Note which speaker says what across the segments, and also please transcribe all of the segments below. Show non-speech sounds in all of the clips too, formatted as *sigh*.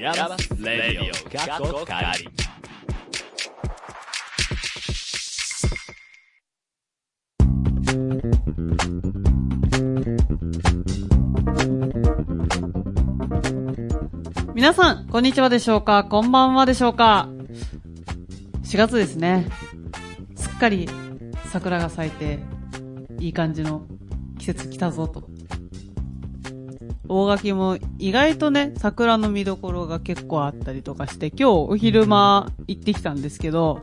Speaker 1: ヤマスレディオ過去仮
Speaker 2: 皆さん、こんにちはでしょうかこんばんはでしょうか ?4 月ですね。すっかり桜が咲いて、いい感じの季節来たぞと。大垣も意外とね、桜の見どころが結構あったりとかして、今日お昼間行ってきたんですけど、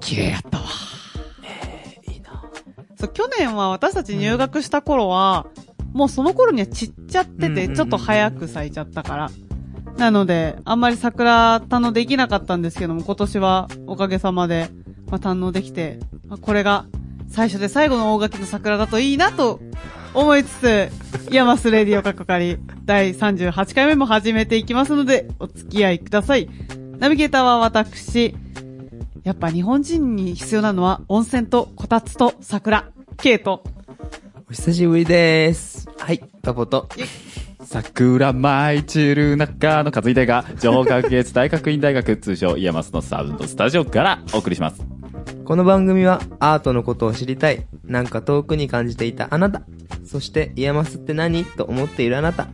Speaker 2: 綺麗やったわ。
Speaker 1: えー、いいな。
Speaker 2: そう、去年は私たち入学した頃は、もうその頃には散っちゃってて、ちょっと早く咲いちゃったから。なので、あんまり桜堪能できなかったんですけども、今年はおかげさまで、まあ、堪能できて、まあ、これが最初で最後の大垣の桜だといいなと思いつつ、イヤマスレディオカッコカリ第38回目も始めていきますので、お付き合いください。ナビゲーターは私、やっぱ日本人に必要なのは温泉とこたつと桜、ケイト。
Speaker 3: お久しぶりでーす。はい、パポと。
Speaker 1: 桜舞い散る中の和秀が、情報科学芸術大学院大学、通称イヤマスのサウンドスタジオからお送りします。
Speaker 3: この番組はアートのことを知りたい、なんか遠くに感じていたあなた、そしてイヤマスって何と思っているあなた、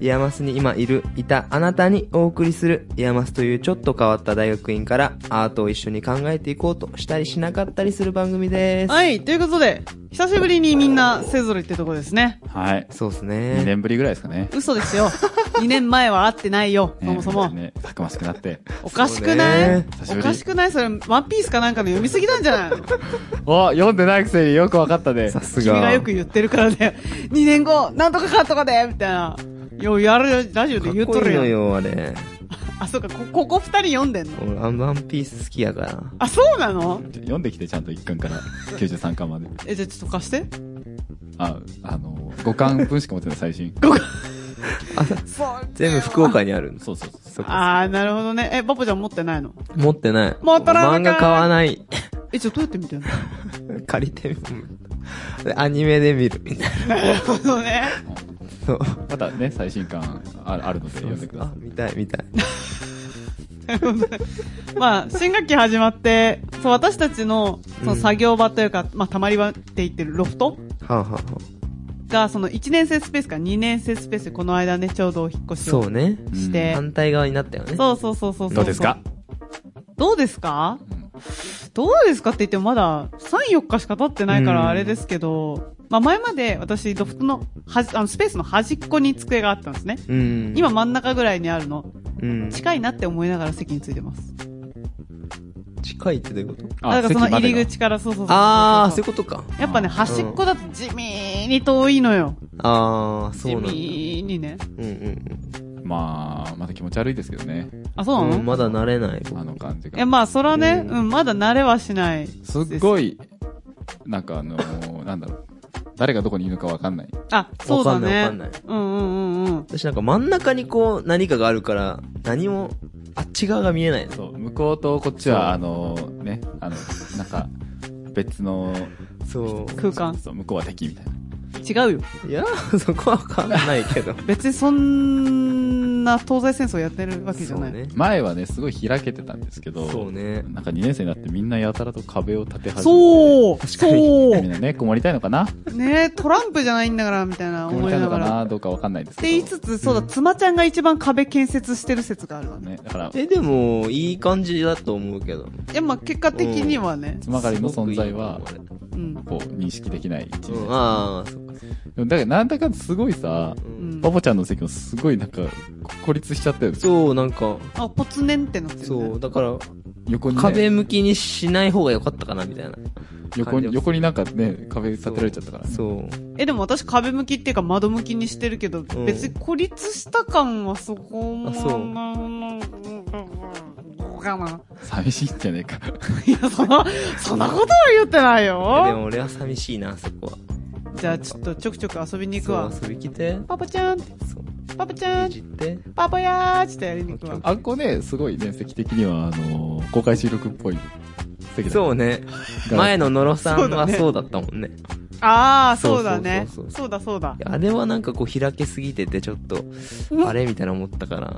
Speaker 3: イヤマスに今いる、いたあなたにお送りする、イヤマスというちょっと変わった大学院からアートを一緒に考えていこうとしたりしなかったりする番組です。
Speaker 2: はい、ということで、久しぶりにみんな勢ぞろいってとこですね。
Speaker 1: はい。
Speaker 3: そうです
Speaker 1: 2
Speaker 3: ね。
Speaker 1: 年ぶりぐらいですかね。
Speaker 2: 嘘ですよ。2年前は会ってないよ、そ
Speaker 1: ね
Speaker 2: もそも。
Speaker 1: ね、たくましくなって。
Speaker 2: おかしくない、
Speaker 1: 久しぶ
Speaker 2: お
Speaker 1: り
Speaker 2: かしくないそれ、ワンピースかなんかの読みすぎなんじゃないの
Speaker 1: お、読んでないくせによくわかったね。
Speaker 3: さす
Speaker 2: 君が
Speaker 3: が。
Speaker 2: よく言ってるからね。2年後、なんとかかんとかでみたいな。ようやる、ラジオ
Speaker 3: か
Speaker 2: で
Speaker 3: っ
Speaker 2: 言うと
Speaker 3: こいい
Speaker 2: るや
Speaker 3: の
Speaker 2: ん。
Speaker 3: よ、あれ。
Speaker 2: あ、そうか、こ、ここ二人読んでんの
Speaker 3: 俺、ワンピース好きやから。
Speaker 2: あ、そうなの
Speaker 1: 読んできて、ちゃんと1巻から93巻まで。
Speaker 2: え、じゃあちょっと貸して。
Speaker 1: あ、あの、5巻分しか持ってない最新。
Speaker 2: *laughs* そう。
Speaker 3: 全部福岡にあるんです。
Speaker 1: *laughs* そうそうそう。
Speaker 3: そこ
Speaker 2: あー、なるほどね。え、バポちゃん持ってないの
Speaker 3: 持ってない。
Speaker 2: 持っとらんのかい
Speaker 3: 漫画買わない。
Speaker 2: え、じゃあどうやって見てんの
Speaker 3: *laughs* 借りてみる。 *laughs* アニメで見るみたい
Speaker 2: なるほどね。
Speaker 3: な。そう。
Speaker 1: またね、最新巻ああるので読んでくだ
Speaker 3: あ
Speaker 1: さ、
Speaker 3: 見たい見たい。
Speaker 2: まあ、新学期始まって、そう、私たいの、その作業場というか、まあ、たまり場って言ってるロフト
Speaker 3: はあ、はあはあ、
Speaker 2: が、その1年生スペースから2年生スペースで、この間ね、ちょうどお引っ越し
Speaker 3: そ
Speaker 2: を
Speaker 3: うね。
Speaker 1: い。
Speaker 2: して、
Speaker 3: 反対側になったよね。
Speaker 2: そうそうそうそうそう。
Speaker 1: うんどうですか
Speaker 2: どうですかどうですかって言ってもまだ3、4日しか経ってないか
Speaker 3: うん
Speaker 2: らあれですけど、まあ前まで私、ロフトのはじ、あのスペースの端っこに机があったんですね。
Speaker 3: うん。
Speaker 2: 今、真ん中ぐらいにあるの。
Speaker 3: うん。
Speaker 2: 近いなって思いながら席についてます。
Speaker 3: 近いってどういうこと
Speaker 2: あ、だからその入り
Speaker 1: 口。
Speaker 2: 口から、そうそうそうそうそう
Speaker 3: あー、そういうことか。
Speaker 2: やっぱね、
Speaker 1: あー
Speaker 2: 端っこだと地味に遠いのよ。
Speaker 3: あー、そう
Speaker 2: 地
Speaker 3: なんだ。
Speaker 2: 味にね。
Speaker 3: うんうん
Speaker 1: まあ、まだ気持ち悪いですけどね。
Speaker 2: あ、そう
Speaker 3: うん。
Speaker 2: な
Speaker 3: うん、
Speaker 2: の
Speaker 3: まだ慣れない。
Speaker 1: あの感じ
Speaker 2: え、
Speaker 1: が。
Speaker 2: まあ、それはね、
Speaker 3: う
Speaker 2: うん、まだ慣れはしない。
Speaker 1: すっごい、なんかあのー、なんだろう。誰がどこにいるかわかんない。
Speaker 2: あ、そうだね。
Speaker 3: わかんないわか
Speaker 2: うんうんうんうん。
Speaker 3: 私なんか真ん中にこう何かがあるから、何も、あっち側が見えないね。
Speaker 1: そう、向こうとこっち
Speaker 3: そう
Speaker 1: は、あのー、ね、あの、なんか、別の、
Speaker 3: そ
Speaker 2: 空間。
Speaker 1: そう、向こうは敵みたいな。
Speaker 2: 違うよ。
Speaker 3: う。いや、 *laughs* そこはわかんないけど。
Speaker 2: 別にそんな東西戦争やってるわけじ
Speaker 3: そ
Speaker 2: ゃな
Speaker 3: う
Speaker 2: い。
Speaker 3: ね。
Speaker 1: 前はね、すごい開けてたんですけど、
Speaker 3: そうね。
Speaker 1: なんか2年生になってみんなやたらと壁を立て始めて。
Speaker 2: そうそう
Speaker 1: みんなね、困りたいのかな
Speaker 2: ねトランプじゃないんだから、みたいな
Speaker 1: 困
Speaker 2: 思
Speaker 1: りた
Speaker 2: い
Speaker 1: い
Speaker 2: な
Speaker 1: の
Speaker 2: が。
Speaker 1: から
Speaker 2: っ
Speaker 1: などうかわかんないですけ
Speaker 2: て
Speaker 1: ど。
Speaker 2: 言いつつ、そうだ、妻ちゃんが一番壁建設してる説があるわね。
Speaker 1: ね、だから、
Speaker 3: え、でも、いい感じだと思うけど。
Speaker 2: いや、まあ、結果的にはね。
Speaker 1: つまがりの存在は、
Speaker 3: すごくいいと思う
Speaker 2: うん。
Speaker 1: こう、認識できない一
Speaker 3: 俺う
Speaker 1: 年
Speaker 3: ん、ああ、そっか。
Speaker 1: でもだから、なんだかんだすごいさ、
Speaker 3: う
Speaker 2: うんん
Speaker 1: パ。ポちゃんの席もすごいなんか、孤立しちゃったよね。
Speaker 3: そう、なんか、
Speaker 2: あ、ポツネンってなってる、ね。
Speaker 3: そう、だから、
Speaker 1: 横に、ね、
Speaker 3: 壁向きにしない方が良かったかな、みたいな。
Speaker 1: 横に、横になんかね、壁立てられちゃったからね。
Speaker 3: そう。
Speaker 2: え、でも私壁向きっていうか窓向きにしてるけど、
Speaker 3: ん
Speaker 2: 別に孤立した感はそこも、
Speaker 3: あそう
Speaker 2: どうかな。
Speaker 1: 寂しいんじゃねえか。
Speaker 2: いや、その、そんなことは言ってない
Speaker 3: で
Speaker 2: よ。
Speaker 3: も俺は寂しいな、そこは。
Speaker 2: じゃあちょっとちょくちょく遊びに行く
Speaker 3: そ
Speaker 2: わ
Speaker 3: う。、遊び来て。
Speaker 2: パパちゃん、
Speaker 3: そう。
Speaker 2: パパちゃ
Speaker 3: い
Speaker 2: ん、
Speaker 3: じって。
Speaker 2: パパやーちょっとやりに行くわ。
Speaker 1: あんこね、すごいね、席的には、あのー公開収録っぽい席だ。
Speaker 3: そうね。
Speaker 1: が
Speaker 3: 前の野呂さん
Speaker 2: そうだ
Speaker 3: は
Speaker 2: ね
Speaker 3: そうだったもんね。
Speaker 2: ああ、そうだね。
Speaker 3: そうそうそうそう
Speaker 2: そうだそうだ。
Speaker 3: あれはなんかこう開けすぎててちょっと、あれみたいな思ったから。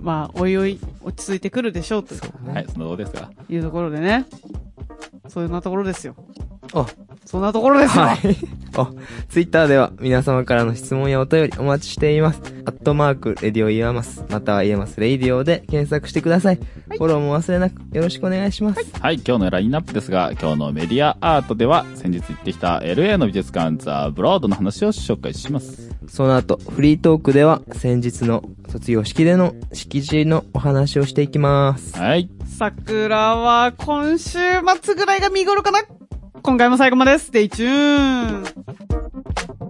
Speaker 2: まあ、おいおい、落ち着いてくるでしょうと
Speaker 1: はい、そのどうですか
Speaker 2: いうところでね。そんなところですよ。
Speaker 3: あ、
Speaker 2: そんなところですよ。
Speaker 3: はい。あ、ツイッターでは皆様からの質問やお便りお待ちしています。アットマーク、レディオイヤマス、またはイヤマスレイディオで検索してください。フォローも忘れなくよろしくお願いします。
Speaker 1: はい、今日のラインナップですが、今日のメディアアートでは、先日行ってきた LA の美術館、ザ・ブロードの話を紹介します。
Speaker 3: その後、フリートークでは先日の卒業式での式辞のお話をしていきます。
Speaker 1: はい、
Speaker 2: 桜は今週末ぐらいが見頃かな今回も最後までステイチューン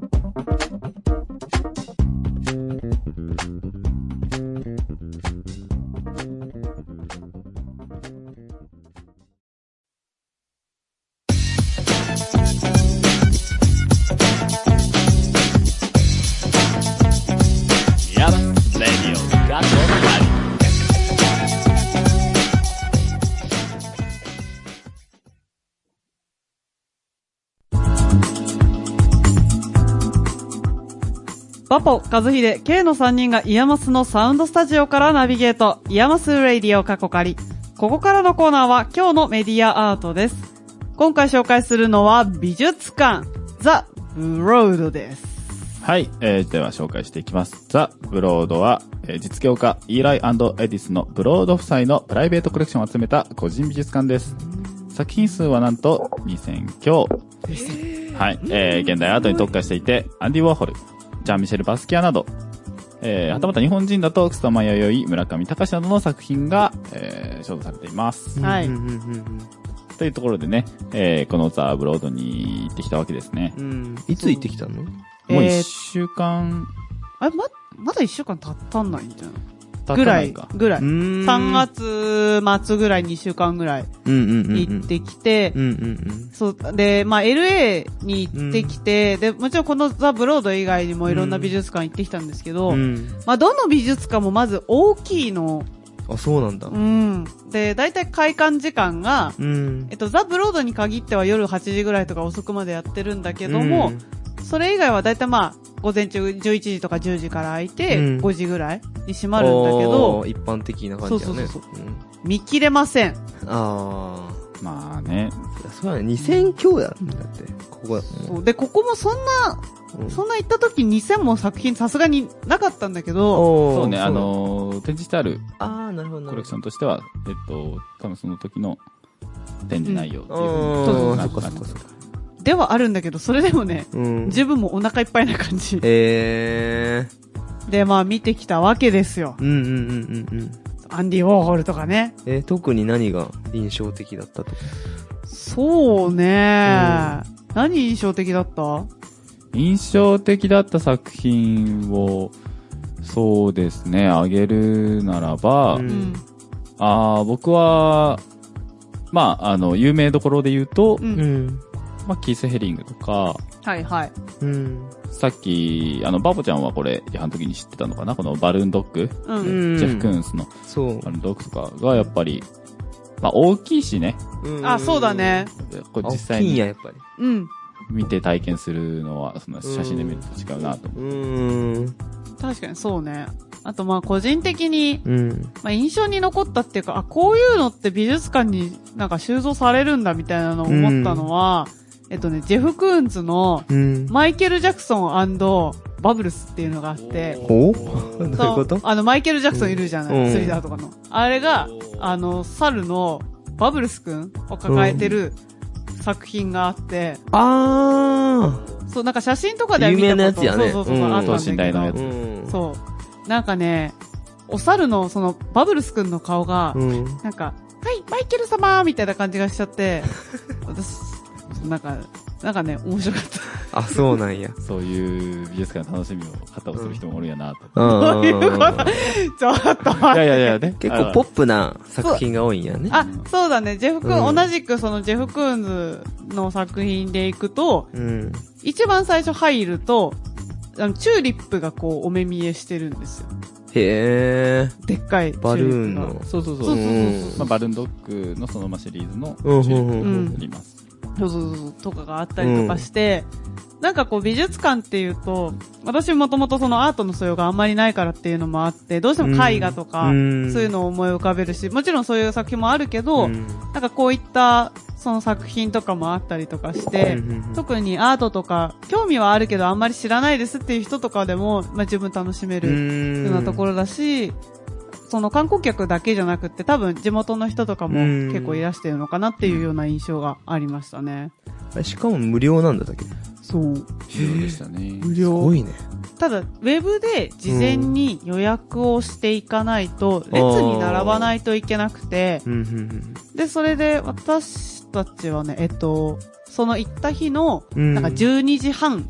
Speaker 1: やばレディオが
Speaker 2: バポ、カズヒデ、K の3人がイヤマスのサウンドスタジオからナビゲート、イヤマスレイディオ過去仮。ここからのコーナーは今日のメディアアートです。今回紹介するのは美術館、ザ・ブロードです。
Speaker 1: はい、えーでは紹介していきます。ザ・ブロードは、えー実業家イーライエディスのブロード夫妻のプライベートコレクションを集めた個人美術館です。作品数はなんと2000強。はい、えー現代アートに特化していて、アンディ・ウォーホル、ジャン・ミシェル・バスキアなど、えーはたまた日本人だと草間弥生、村上隆などの作品が、えー所蔵されています。
Speaker 2: はい
Speaker 3: うんうんうん
Speaker 1: というところでね、えーこのザ・ブロードに行ってきたわけですね。
Speaker 3: うんうんいつ行ってきたの
Speaker 1: もう
Speaker 2: え
Speaker 1: 一
Speaker 2: ー
Speaker 1: 週間
Speaker 2: あれ、ま、まだ1週間経ったんないんじゃない
Speaker 1: 経た
Speaker 2: ぐら
Speaker 1: ないいか、。
Speaker 2: ぐらい。3
Speaker 3: 3。
Speaker 2: 月末ぐらい2週間ぐらい
Speaker 3: うんうんうんうん。
Speaker 2: 行ってきて、
Speaker 3: うんうん
Speaker 2: そう、で、まあ、LA に行ってきて、で、もちろんこのザ・ブロード以外にもいろんな美術館行ってきたんですけど、
Speaker 3: うん。うん。
Speaker 2: まあ、どの美術館もまず大きいの。
Speaker 3: あ、そうなんだ
Speaker 2: う。ん。で、大体開館時間が、
Speaker 3: うん
Speaker 2: え。っと、ザ・ブロードに限っては夜8時ぐらいとか遅くまでやってるんだけども、それ以外は大体まあ、午前中11時とか10時から開いて、
Speaker 3: うん
Speaker 2: 5時ぐらいに閉ま
Speaker 3: あ
Speaker 2: るんだけど、
Speaker 3: 一般的な感じだね。
Speaker 2: そうそう
Speaker 3: うん
Speaker 2: 見切れません。
Speaker 3: あ
Speaker 1: まあね、
Speaker 3: あ。そうだね。2000強だ。だって、ここだ。
Speaker 2: そうで、ここもそんな、
Speaker 3: うん
Speaker 2: そんな行った時2000も作品さすがになかったんだけど、
Speaker 3: おー
Speaker 1: そうね、あ、のー、展示してある
Speaker 3: ああ、なるほどな
Speaker 1: コレク
Speaker 3: るほど。
Speaker 1: ションとしては、えっと、多分その時の展示内容っていう
Speaker 3: うん
Speaker 1: ふうに
Speaker 3: そっかそっか
Speaker 1: な
Speaker 3: そっ
Speaker 1: な
Speaker 2: ではあるんだけど、それでもね、
Speaker 3: うん。
Speaker 2: 十分もうお腹いっぱいな感じ。 *laughs*
Speaker 3: え
Speaker 2: で、まあ見てきたわけですよ
Speaker 3: ー。。うんうんうんうんうん。
Speaker 2: アンディ・ウォーホルとかね。
Speaker 3: えー、特に何が印象的だったとか。
Speaker 2: そうね、何印象的だった
Speaker 1: 印象的だった作品を、そうですね、あげるならば、
Speaker 3: うん
Speaker 1: ああ、僕は、まあ、あの、有名どころで言うと、
Speaker 2: うん。
Speaker 3: ん。
Speaker 1: まあ、キース・ヘリングとか、
Speaker 2: はいはい。
Speaker 3: うん。
Speaker 1: さっき、あの、バボちゃんはこれ、違反の時に知ってたのかなこのバルーンドッグ、
Speaker 2: うん。
Speaker 1: ジェフ・クーンスの
Speaker 3: そう
Speaker 1: バルーンドッグとかが、やっぱり、まあ、大きいしね、
Speaker 3: うん。
Speaker 2: あ、そうだね。
Speaker 1: これ
Speaker 3: あ。
Speaker 1: 実際
Speaker 3: 実際に。
Speaker 1: に
Speaker 3: や、やっぱり。
Speaker 2: うん。
Speaker 1: 見て体験するのは、その写真で見ると違うなと思
Speaker 3: うーん。
Speaker 2: 確かにそうね。あとまあ個人的に、
Speaker 3: うん。
Speaker 2: まあ印象に残ったっていうか、あ、こういうのって美術館になんか収蔵されるんだみたいなのを思ったのは、えっとね、ジェフ・クーンズの
Speaker 3: うん。
Speaker 2: マイケル・ジャクソンバブルスっていうのがあって、
Speaker 3: ほうどういうこと
Speaker 2: あの、マイケル・ジャクソンいるじゃない、
Speaker 3: うん
Speaker 2: スリラーとかの。あれが、あの、猿のバブルスくんを抱えてる作品があって、
Speaker 3: あ
Speaker 2: そう、なんか写真とかでは見たこと
Speaker 3: 有名なやつやね
Speaker 2: そうそうそう、
Speaker 3: うん
Speaker 2: あったんだけど
Speaker 1: 等身大のや
Speaker 3: ー。
Speaker 1: つ
Speaker 3: ん
Speaker 2: そう。なんかね、お猿のそのバブルスくんの顔が、
Speaker 3: うん。
Speaker 2: なんか、はい、マイケル様みたいな感じがしちゃ
Speaker 3: *laughs*
Speaker 2: って、私、なんか、なんかね、面白かった。
Speaker 3: あ、そうなんや。
Speaker 1: う。そういう美術館の楽しみを、肩をする人もおるんやなと。
Speaker 3: ど
Speaker 2: ういうこと *laughs* ちょっと
Speaker 1: い
Speaker 2: 待
Speaker 1: や
Speaker 2: っ
Speaker 1: いやい
Speaker 2: て。
Speaker 1: や、ね。
Speaker 3: 結構ポップな作品が多いんやね。
Speaker 2: あ、そうだね。ジェフ君、
Speaker 3: うん
Speaker 2: 同じくそのジェフ・クーンズの作品でいくと、
Speaker 3: うん。
Speaker 2: 一番最初入ると、あの、チューリップがこう、お目見えしてるんですよ。
Speaker 3: へえ。
Speaker 2: でっかいチューリップが。
Speaker 3: バルーンの
Speaker 1: そうそう
Speaker 2: そ
Speaker 1: そうう。
Speaker 2: そうそうそう
Speaker 1: まあ、バルーンドッグのそのままシリーズの
Speaker 3: うんうん
Speaker 1: シリーズ
Speaker 2: うん
Speaker 1: になります。
Speaker 2: そうそうそうとかがあったりとかして、なんかこう美術館っていうと、私もともとそのアートの素養があんまりないからっていうのもあって、どうしても絵画とか、
Speaker 3: うん
Speaker 2: そういうのを思い浮かべるし、もちろんそういう作品もあるけど、
Speaker 3: うん
Speaker 2: なんかこういったその作品とかもあったりとかして、
Speaker 3: うんうんうん
Speaker 2: 特にアートとか、興味はあるけどあんまり知らないですっていう人とかでも、まあ十分楽しめ
Speaker 3: う
Speaker 2: る
Speaker 3: ん
Speaker 2: ようなところだし、その観光客だけじゃなくて多分地元の人とかも
Speaker 3: うん
Speaker 2: 結構いらしてるのかなっていうような印象がありましたね。
Speaker 3: ろ。しかも無料なんだったっけ
Speaker 2: そう。
Speaker 1: そうでしたね。
Speaker 2: 無
Speaker 3: す
Speaker 2: 料
Speaker 3: ご。いね。
Speaker 2: ただ、ウェブで事前に予約をしていかないと、列に並ばないといけなくて、
Speaker 3: うんうん
Speaker 2: で、それで私たちはね、えっと、その行った日の、
Speaker 3: うん
Speaker 2: なんか12時半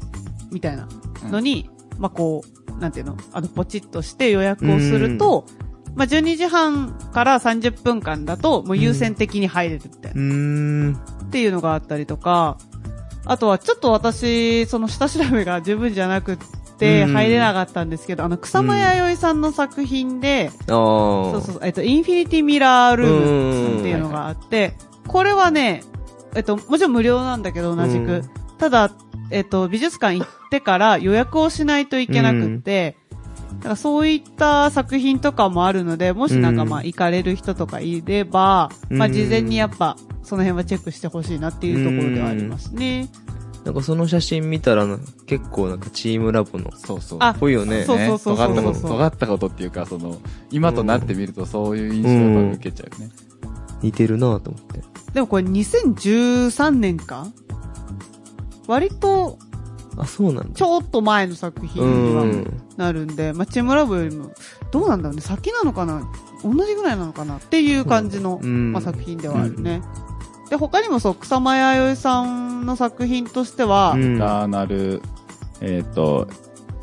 Speaker 2: みたいなのに、まあこう、なんていうの、あの、ポチッとして予約をすると、まあ12時半から30分間だと、もう優先的に入れるみたいな、
Speaker 3: うん。うーん。
Speaker 2: っていうのがあったりとか、あとはちょっと私、その下調べが十分じゃなくって、
Speaker 3: うん
Speaker 2: 入れなかったんですけど、あの、草間彌生さんの作品で、
Speaker 3: ああ。
Speaker 2: そうそうそう、えっと、インフィニティミラールー
Speaker 3: うん
Speaker 2: ムっていうのがあって、これはね、えっと、もちろん無料なんだけど、同じ
Speaker 3: う
Speaker 2: く
Speaker 3: ん。
Speaker 2: ただ、えっと、美術館行ってから予約をしないといけなくって、だからそういった作品とかもあるので、もしなんかま
Speaker 3: う
Speaker 2: あ行かれる人とかいれば、
Speaker 3: うん
Speaker 2: まあ事前にやっぱその辺はチェックしてほしいなっていうところではありますね。
Speaker 3: なんかその写真見たらな、結構なんかチームラボの。
Speaker 1: そうそう。
Speaker 2: あ
Speaker 3: ぽいよね。
Speaker 2: そうそうそうそう
Speaker 1: 尖った
Speaker 2: そ
Speaker 1: こ
Speaker 2: う
Speaker 1: と、
Speaker 2: そう
Speaker 1: 尖ったことっていうか、その、今となってみるとそういう印象を受けちゃうね。
Speaker 3: 似てるなと思って。
Speaker 2: でもこれ2013年か割と
Speaker 3: あ、そうなんだ。
Speaker 2: ちょっと前の作
Speaker 3: う
Speaker 2: 品には
Speaker 3: ん。
Speaker 2: なるんで、まあ、チームラボよりも、どうなんだろうね、先なのかな、同じぐらいなのかなっていう感じの、
Speaker 3: うん
Speaker 2: まあ、作品ではあるね。で、他にもそう、草間彌生さんの作品としては、
Speaker 3: うん
Speaker 1: エターナル、えっ、と、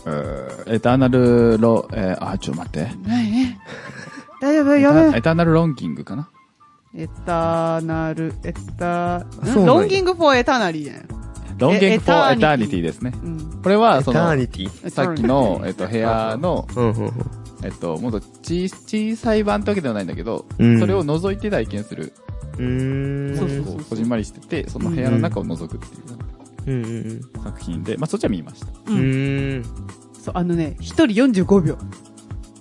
Speaker 1: うーエターナルロ、えーあ、ちょっと待って。
Speaker 2: ない
Speaker 3: *laughs*
Speaker 2: ね。大丈夫、
Speaker 1: エ
Speaker 2: や
Speaker 1: タ
Speaker 2: べ
Speaker 1: エターナルロンキングかな
Speaker 2: え。エターナル、エタ
Speaker 3: そうなんや
Speaker 2: ロンギングフォーエターナリーじゃない
Speaker 1: ロンキングフォー
Speaker 2: エ
Speaker 1: エタ
Speaker 2: タ
Speaker 1: ー
Speaker 2: ー
Speaker 1: ニ
Speaker 2: ニ
Speaker 1: テ
Speaker 2: テ
Speaker 1: ィ
Speaker 2: ィ
Speaker 1: ですね。
Speaker 2: うん。
Speaker 1: これは、
Speaker 3: エタ
Speaker 1: そ
Speaker 3: ー
Speaker 1: の、
Speaker 3: ニティ。
Speaker 1: さっきの、えっ、と、部屋の、
Speaker 3: うんうんうん。
Speaker 1: えっ、と、もっと小小さい版ってわけではないんだけど、
Speaker 3: うん
Speaker 1: それを覗いて体験する。
Speaker 3: うーん。
Speaker 2: そうそうそう
Speaker 1: こじんまりしてて、その部屋の中を覗くっていう
Speaker 3: うんうん
Speaker 1: 作品で、まあ、そっちは見ました。
Speaker 2: う。
Speaker 3: うん。うんーん。
Speaker 2: そう、あのね、一人45秒。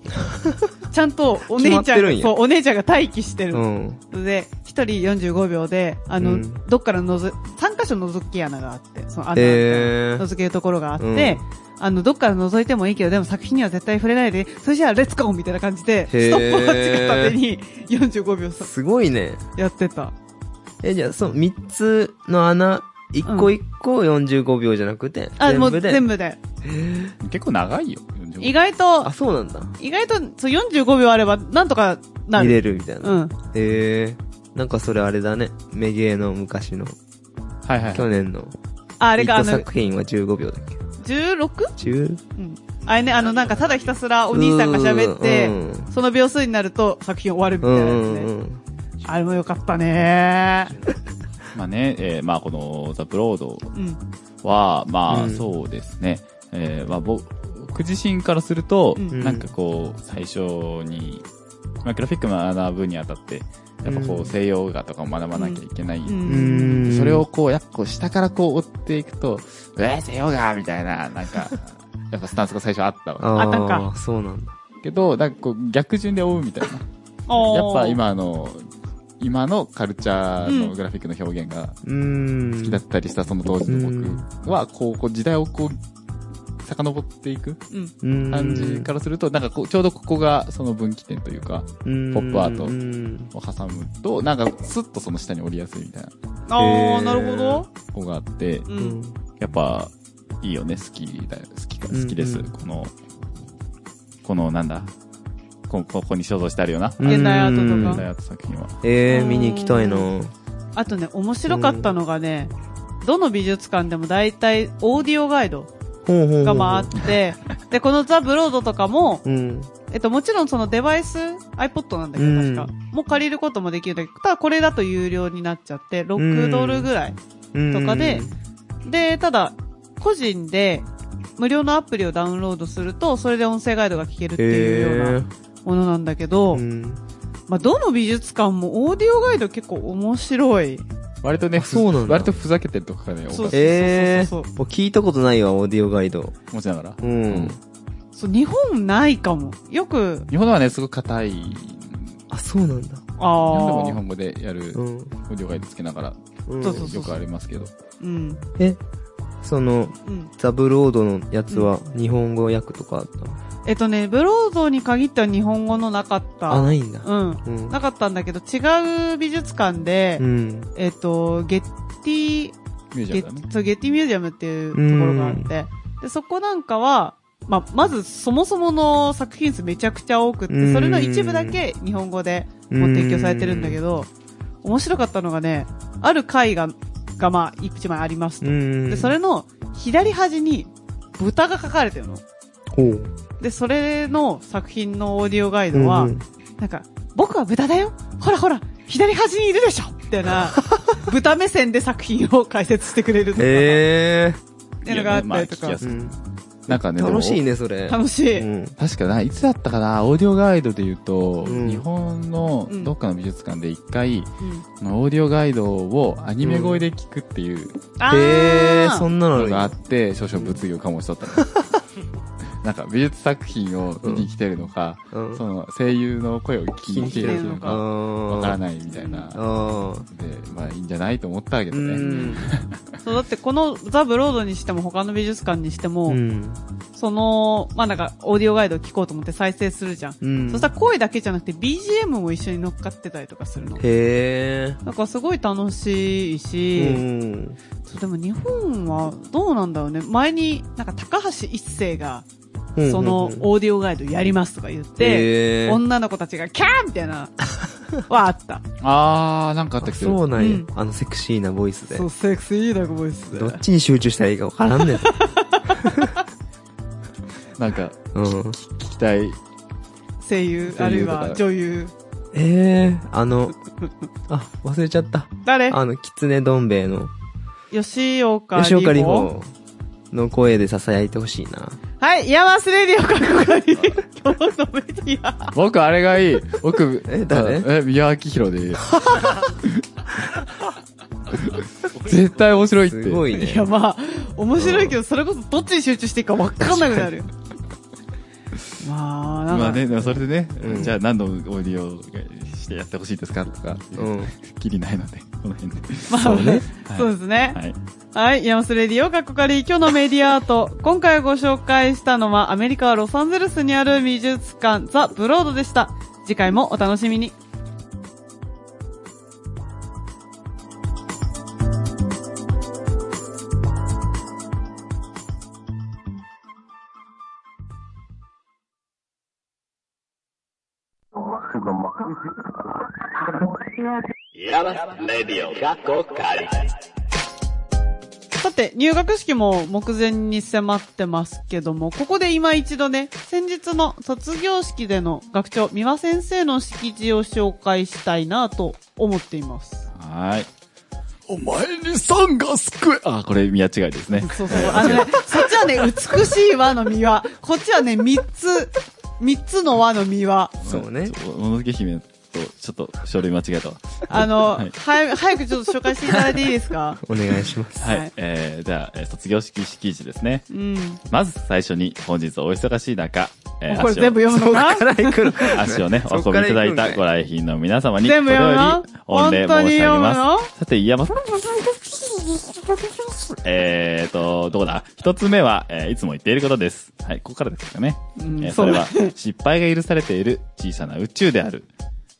Speaker 3: *laughs*
Speaker 2: ちゃんとお姉ち
Speaker 3: 決ま
Speaker 2: ゃ
Speaker 3: ってるん
Speaker 2: ん、
Speaker 3: や
Speaker 2: そう、お姉ちゃんが待機してる
Speaker 3: う。ん。
Speaker 2: で、一人45秒で、あの、
Speaker 3: うん
Speaker 2: どっからのぞ、3箇所覗き穴があって、その穴があって
Speaker 3: えー。
Speaker 2: 覗けるところがあって、あの、どっから覗いてもいいけど、でも作品には絶対触れないで、それじゃあレッツゴーみたいな感じで、ス
Speaker 3: へー
Speaker 2: トップウォッチ片手に45秒さ
Speaker 3: すごいね。
Speaker 2: やってた。
Speaker 3: え、じゃあ、その三つの穴、一個一個45秒じゃなくて、
Speaker 2: あ、も
Speaker 3: 全部
Speaker 2: う
Speaker 3: で。
Speaker 2: 全部で。
Speaker 1: 結構長いよ。45
Speaker 2: 意外と
Speaker 3: あ、、そうなんだ。
Speaker 2: 意外とそう45秒あればなんとかな
Speaker 3: 見
Speaker 2: る。
Speaker 3: れるみたいな。
Speaker 2: うん。
Speaker 3: えー。なんかそれあれだね。メゲーの昔の、
Speaker 1: はいはい。
Speaker 3: 去年の。
Speaker 2: ああ
Speaker 3: あ
Speaker 2: れがあの、
Speaker 3: 作品は15秒だっ
Speaker 2: 16?
Speaker 3: け ?10?
Speaker 2: うん。あれね、あの、なんかただひたすらお兄さんが喋って
Speaker 3: う、ん
Speaker 2: その秒数になると作品終わるみ
Speaker 3: う
Speaker 2: たい
Speaker 3: ん
Speaker 2: な
Speaker 3: う
Speaker 2: やつね。
Speaker 3: んうん。
Speaker 2: あれもよかったね。
Speaker 1: まあね、えーまあこのザ・ブロード
Speaker 2: うん。
Speaker 1: は、ま
Speaker 3: う
Speaker 1: あ
Speaker 3: ん
Speaker 1: そうですね。えーまあ僕僕自身からすると、
Speaker 2: うん
Speaker 1: なんかこう、最初に、まあグラフィック学ぶにあたって、やっぱこ
Speaker 3: う
Speaker 1: うん西洋画とかを学ばなきゃいけない。
Speaker 2: うん。
Speaker 3: うん
Speaker 1: それをこう、やっぱこう下からこう追っていくと、えー、西洋画みたいな、なんか、やっぱスタンスが最初あったわ
Speaker 3: あ
Speaker 2: あたん
Speaker 3: あ、そうなんだ。
Speaker 1: けど、なんかこう逆順で追うみたいな。やっぱ今の、今のカルチャーのグラフィックの表現が
Speaker 3: うーん。
Speaker 1: 好きだったりしたその当時の僕は、こう、こう時代をこう、遡っていく
Speaker 2: うん。
Speaker 3: うん
Speaker 1: 感じからすると、なんかこう、ちょうどここがその分岐点というか、
Speaker 3: うん
Speaker 1: ポップアート
Speaker 3: うん
Speaker 1: を挟むと、なんかスッとその下に降りやすいみたいな
Speaker 2: あ
Speaker 3: えー
Speaker 2: あ、なるほど。
Speaker 1: こがあって、
Speaker 2: う。
Speaker 3: うんん。
Speaker 1: やっぱ、いいよね、好きだよ、好きか、
Speaker 3: うん
Speaker 1: 好きです。
Speaker 3: うん
Speaker 1: この、このなんだ、こ、ここに所蔵してあるよな、
Speaker 2: 現代アート
Speaker 1: 現
Speaker 2: と
Speaker 1: 代
Speaker 2: か
Speaker 1: アート作品は。
Speaker 3: えー、見に行きたいな
Speaker 2: あとね、面白かったのがね、どの美術館でも大体オーディオガイド
Speaker 3: ほうほうほう
Speaker 2: がまああって、で、このザ・ブロードとかも、
Speaker 3: うん。
Speaker 2: えっと、もちろんそのデバイス、iPod なんだけど、確か。もう借りることもできるんだけど、ただこれだと有料になっちゃって、6ドルぐらい。
Speaker 3: うん
Speaker 2: とかで、で、ただ、個人で、無料のアプリをダウンロードすると、それで音声ガイドが聞けるっていうよう
Speaker 3: へ
Speaker 2: なものなんだけど、
Speaker 3: ーうん
Speaker 2: まあ、どの美術館もオーディオガイド結構面白い
Speaker 1: 割とね、ふ
Speaker 3: そうなんだ
Speaker 1: 割とふざけてるとこがね、多
Speaker 2: そ
Speaker 1: かっ
Speaker 2: う
Speaker 3: えー、
Speaker 2: そうそうそう
Speaker 3: も
Speaker 2: そう
Speaker 3: う聞いたことないわ、オーディオガイド。
Speaker 1: た。持ちながら。
Speaker 3: うん。
Speaker 2: そう、日本ないかも。よく、
Speaker 1: 日本のはね、すごく硬い。
Speaker 3: あ、そうなんだ。
Speaker 2: あ
Speaker 1: 日本で
Speaker 2: あ。
Speaker 1: も日本語でやる
Speaker 3: う、
Speaker 1: 了解つけながら、
Speaker 3: ん。
Speaker 2: そうそうそう
Speaker 1: よくありますけど。
Speaker 2: うん。
Speaker 3: え、その、
Speaker 2: うん。
Speaker 3: ザブロードのやつは日本語訳とかあった、
Speaker 2: えっとね、ブロードに限っては日本語のなかった。
Speaker 3: あ、ないんだ。
Speaker 2: うん。
Speaker 3: うん。
Speaker 2: なかったんだけど、違う美術館で、
Speaker 3: うん。
Speaker 2: えっと、ゲッティ、
Speaker 1: ミュージ
Speaker 2: ゲ
Speaker 1: アムだね
Speaker 2: ッそうゲッティミュージアムっていうところがあって、で、そこなんかは、まあ、まずそもそもの作品数めちゃくちゃ多くっ
Speaker 3: う
Speaker 2: て、
Speaker 3: ん
Speaker 2: それの一部だけ日本語でもう提供されてるんだけど、面白かったのがね、ある絵画がまあ、一枚ありますと。
Speaker 3: うん。
Speaker 2: で、それの左端に豚が描かれてるの。
Speaker 3: ほう
Speaker 2: で、それの作品のオーディオガイドは、
Speaker 3: うん
Speaker 2: なんか、僕は豚だよほらほら左端にいるでしょみたい
Speaker 3: *laughs*
Speaker 2: な、豚目線で作品を解説してくれるとか、
Speaker 3: え
Speaker 2: っていうのが
Speaker 1: い
Speaker 2: あっ
Speaker 1: やねま
Speaker 2: た
Speaker 1: あ
Speaker 2: りとか。
Speaker 1: 聞きやす
Speaker 3: ー。うん
Speaker 1: なんかね、
Speaker 3: 楽しい
Speaker 1: ね。
Speaker 3: ね、それ。
Speaker 2: 楽しい。
Speaker 3: うん。
Speaker 1: 確かな、いつだったかな、オーディオガイドで言うと、
Speaker 3: うん
Speaker 1: 日本のどっかの美術館で一回、
Speaker 2: うん
Speaker 1: オーディオガイドをアニメ声で聞くっていう
Speaker 2: あ
Speaker 3: えー、そ
Speaker 2: ー
Speaker 3: んなのあ
Speaker 1: の
Speaker 3: るん
Speaker 1: があ
Speaker 3: だ
Speaker 1: って、少々物議を醸しとったの。なんか美術作品を見に来てるのか、
Speaker 3: うん
Speaker 1: その声優の声を聞きに来てるの
Speaker 2: あ
Speaker 1: か、わからないみたいな。
Speaker 3: あー
Speaker 1: で、まあいいんじゃないと思ったけど
Speaker 3: う
Speaker 1: ね。
Speaker 3: ん
Speaker 2: そう、だってこのザ・ブロードにしても他の美術館にしても、
Speaker 3: うん。
Speaker 2: その、まあ、なんか、オーディオガイドを聞こうと思って再生するじゃん。
Speaker 3: うん。
Speaker 2: そしたら声だけじゃなくて BGM も一緒に乗っかってたりとかするの。
Speaker 3: へ
Speaker 2: なんかすごい楽しいし、
Speaker 3: え。うん。
Speaker 2: そうでも日本はどうなんだろうね。前になんか高橋一生が、その
Speaker 3: うんうんうん
Speaker 2: オーディオガイドやりますとか言って、
Speaker 3: へー
Speaker 2: 女の子たちがキャーみたい
Speaker 3: *laughs*
Speaker 2: な、はあった。
Speaker 1: あー、なんかあったけ
Speaker 3: そ
Speaker 1: ど、
Speaker 3: うなんや、
Speaker 2: うん
Speaker 3: あのセクシーなボイスで
Speaker 2: そう、セクシーなボイスで
Speaker 3: ど。っちに集中したらいいかわから
Speaker 2: *laughs*
Speaker 3: んねん、
Speaker 1: なんか
Speaker 3: うん、
Speaker 1: 聞きたい。
Speaker 2: 声優、あ
Speaker 1: 声
Speaker 2: るい
Speaker 1: 優とか
Speaker 2: は女優。
Speaker 3: ええあのあ忘れちゃった
Speaker 2: 誰
Speaker 3: あのキツネどん兵衛の
Speaker 2: 吉岡
Speaker 3: 吉
Speaker 2: 里
Speaker 3: 岡
Speaker 2: 帆
Speaker 3: 里帆の声で囁いてほしいな
Speaker 2: はい、ヤマスレディオかっこいい。今日のメディア。
Speaker 1: 僕あれがいい。僕、
Speaker 3: え誰
Speaker 1: あえ、宮脇宏でいい。絶対面白いって。
Speaker 3: すごい
Speaker 2: い
Speaker 3: ね
Speaker 2: や、まあ、面白いけど、それこそどっちに集中していいかわかんなくなるよ。まあ、なんか、
Speaker 1: まあね、でもそれでね、
Speaker 3: うん
Speaker 1: じゃあ何度オーディオしてやってほしいですかとか、
Speaker 3: うん
Speaker 1: きりないので、この辺で。
Speaker 2: まあ、
Speaker 3: そうね
Speaker 2: そうですね。
Speaker 1: はい。
Speaker 2: はい。ヤマスレディオ、カッコカリ、今日のメディアアート。今回ご紹介したのは、アメリカ・ロサンゼルスにある美術館、ザ・ブロードでした。次回もお楽しみに。
Speaker 4: Yamas Radio Kako Kari.
Speaker 2: さて、入学式も目前に迫ってますけども、ここで今一度ね、先日の卒業式での学長、三輪先生の式辞を紹介したいなと思っています。
Speaker 1: はい。お前に酸が救え、あ、これ宮違いですね。
Speaker 2: そうそう。あの
Speaker 1: *laughs*
Speaker 2: ね、そっちはね、美しい輪の三輪。こっちはね、三つ、三つの輪の三輪。
Speaker 3: そうね
Speaker 1: ちょ。もののけ姫と、ちょっと書類間違えたわ。
Speaker 2: あの、
Speaker 1: はい
Speaker 2: 早く早くちょっと紹介していただいていいですか
Speaker 3: お願いします
Speaker 1: はい。
Speaker 2: はい
Speaker 1: えー、じゃあ、えー卒業式式辞ですね。
Speaker 2: うん。
Speaker 1: まず最初に、本日お忙しい中、えー
Speaker 2: これ全部読むのかな
Speaker 3: 辛いくる
Speaker 1: 足をね、お運びいただいたご来賓の皆様に、
Speaker 2: 全部読むの
Speaker 1: お礼申し上げ
Speaker 2: 本当に読むの
Speaker 1: ます。さて、言います。 *laughs* えーと、どこだ一つ目は、えーいつも言っていることです。はい、ここからですかね。
Speaker 2: うん
Speaker 1: えー
Speaker 2: そ
Speaker 1: そうれ
Speaker 2: だ
Speaker 1: は、失敗が許されている小さな宇宙である。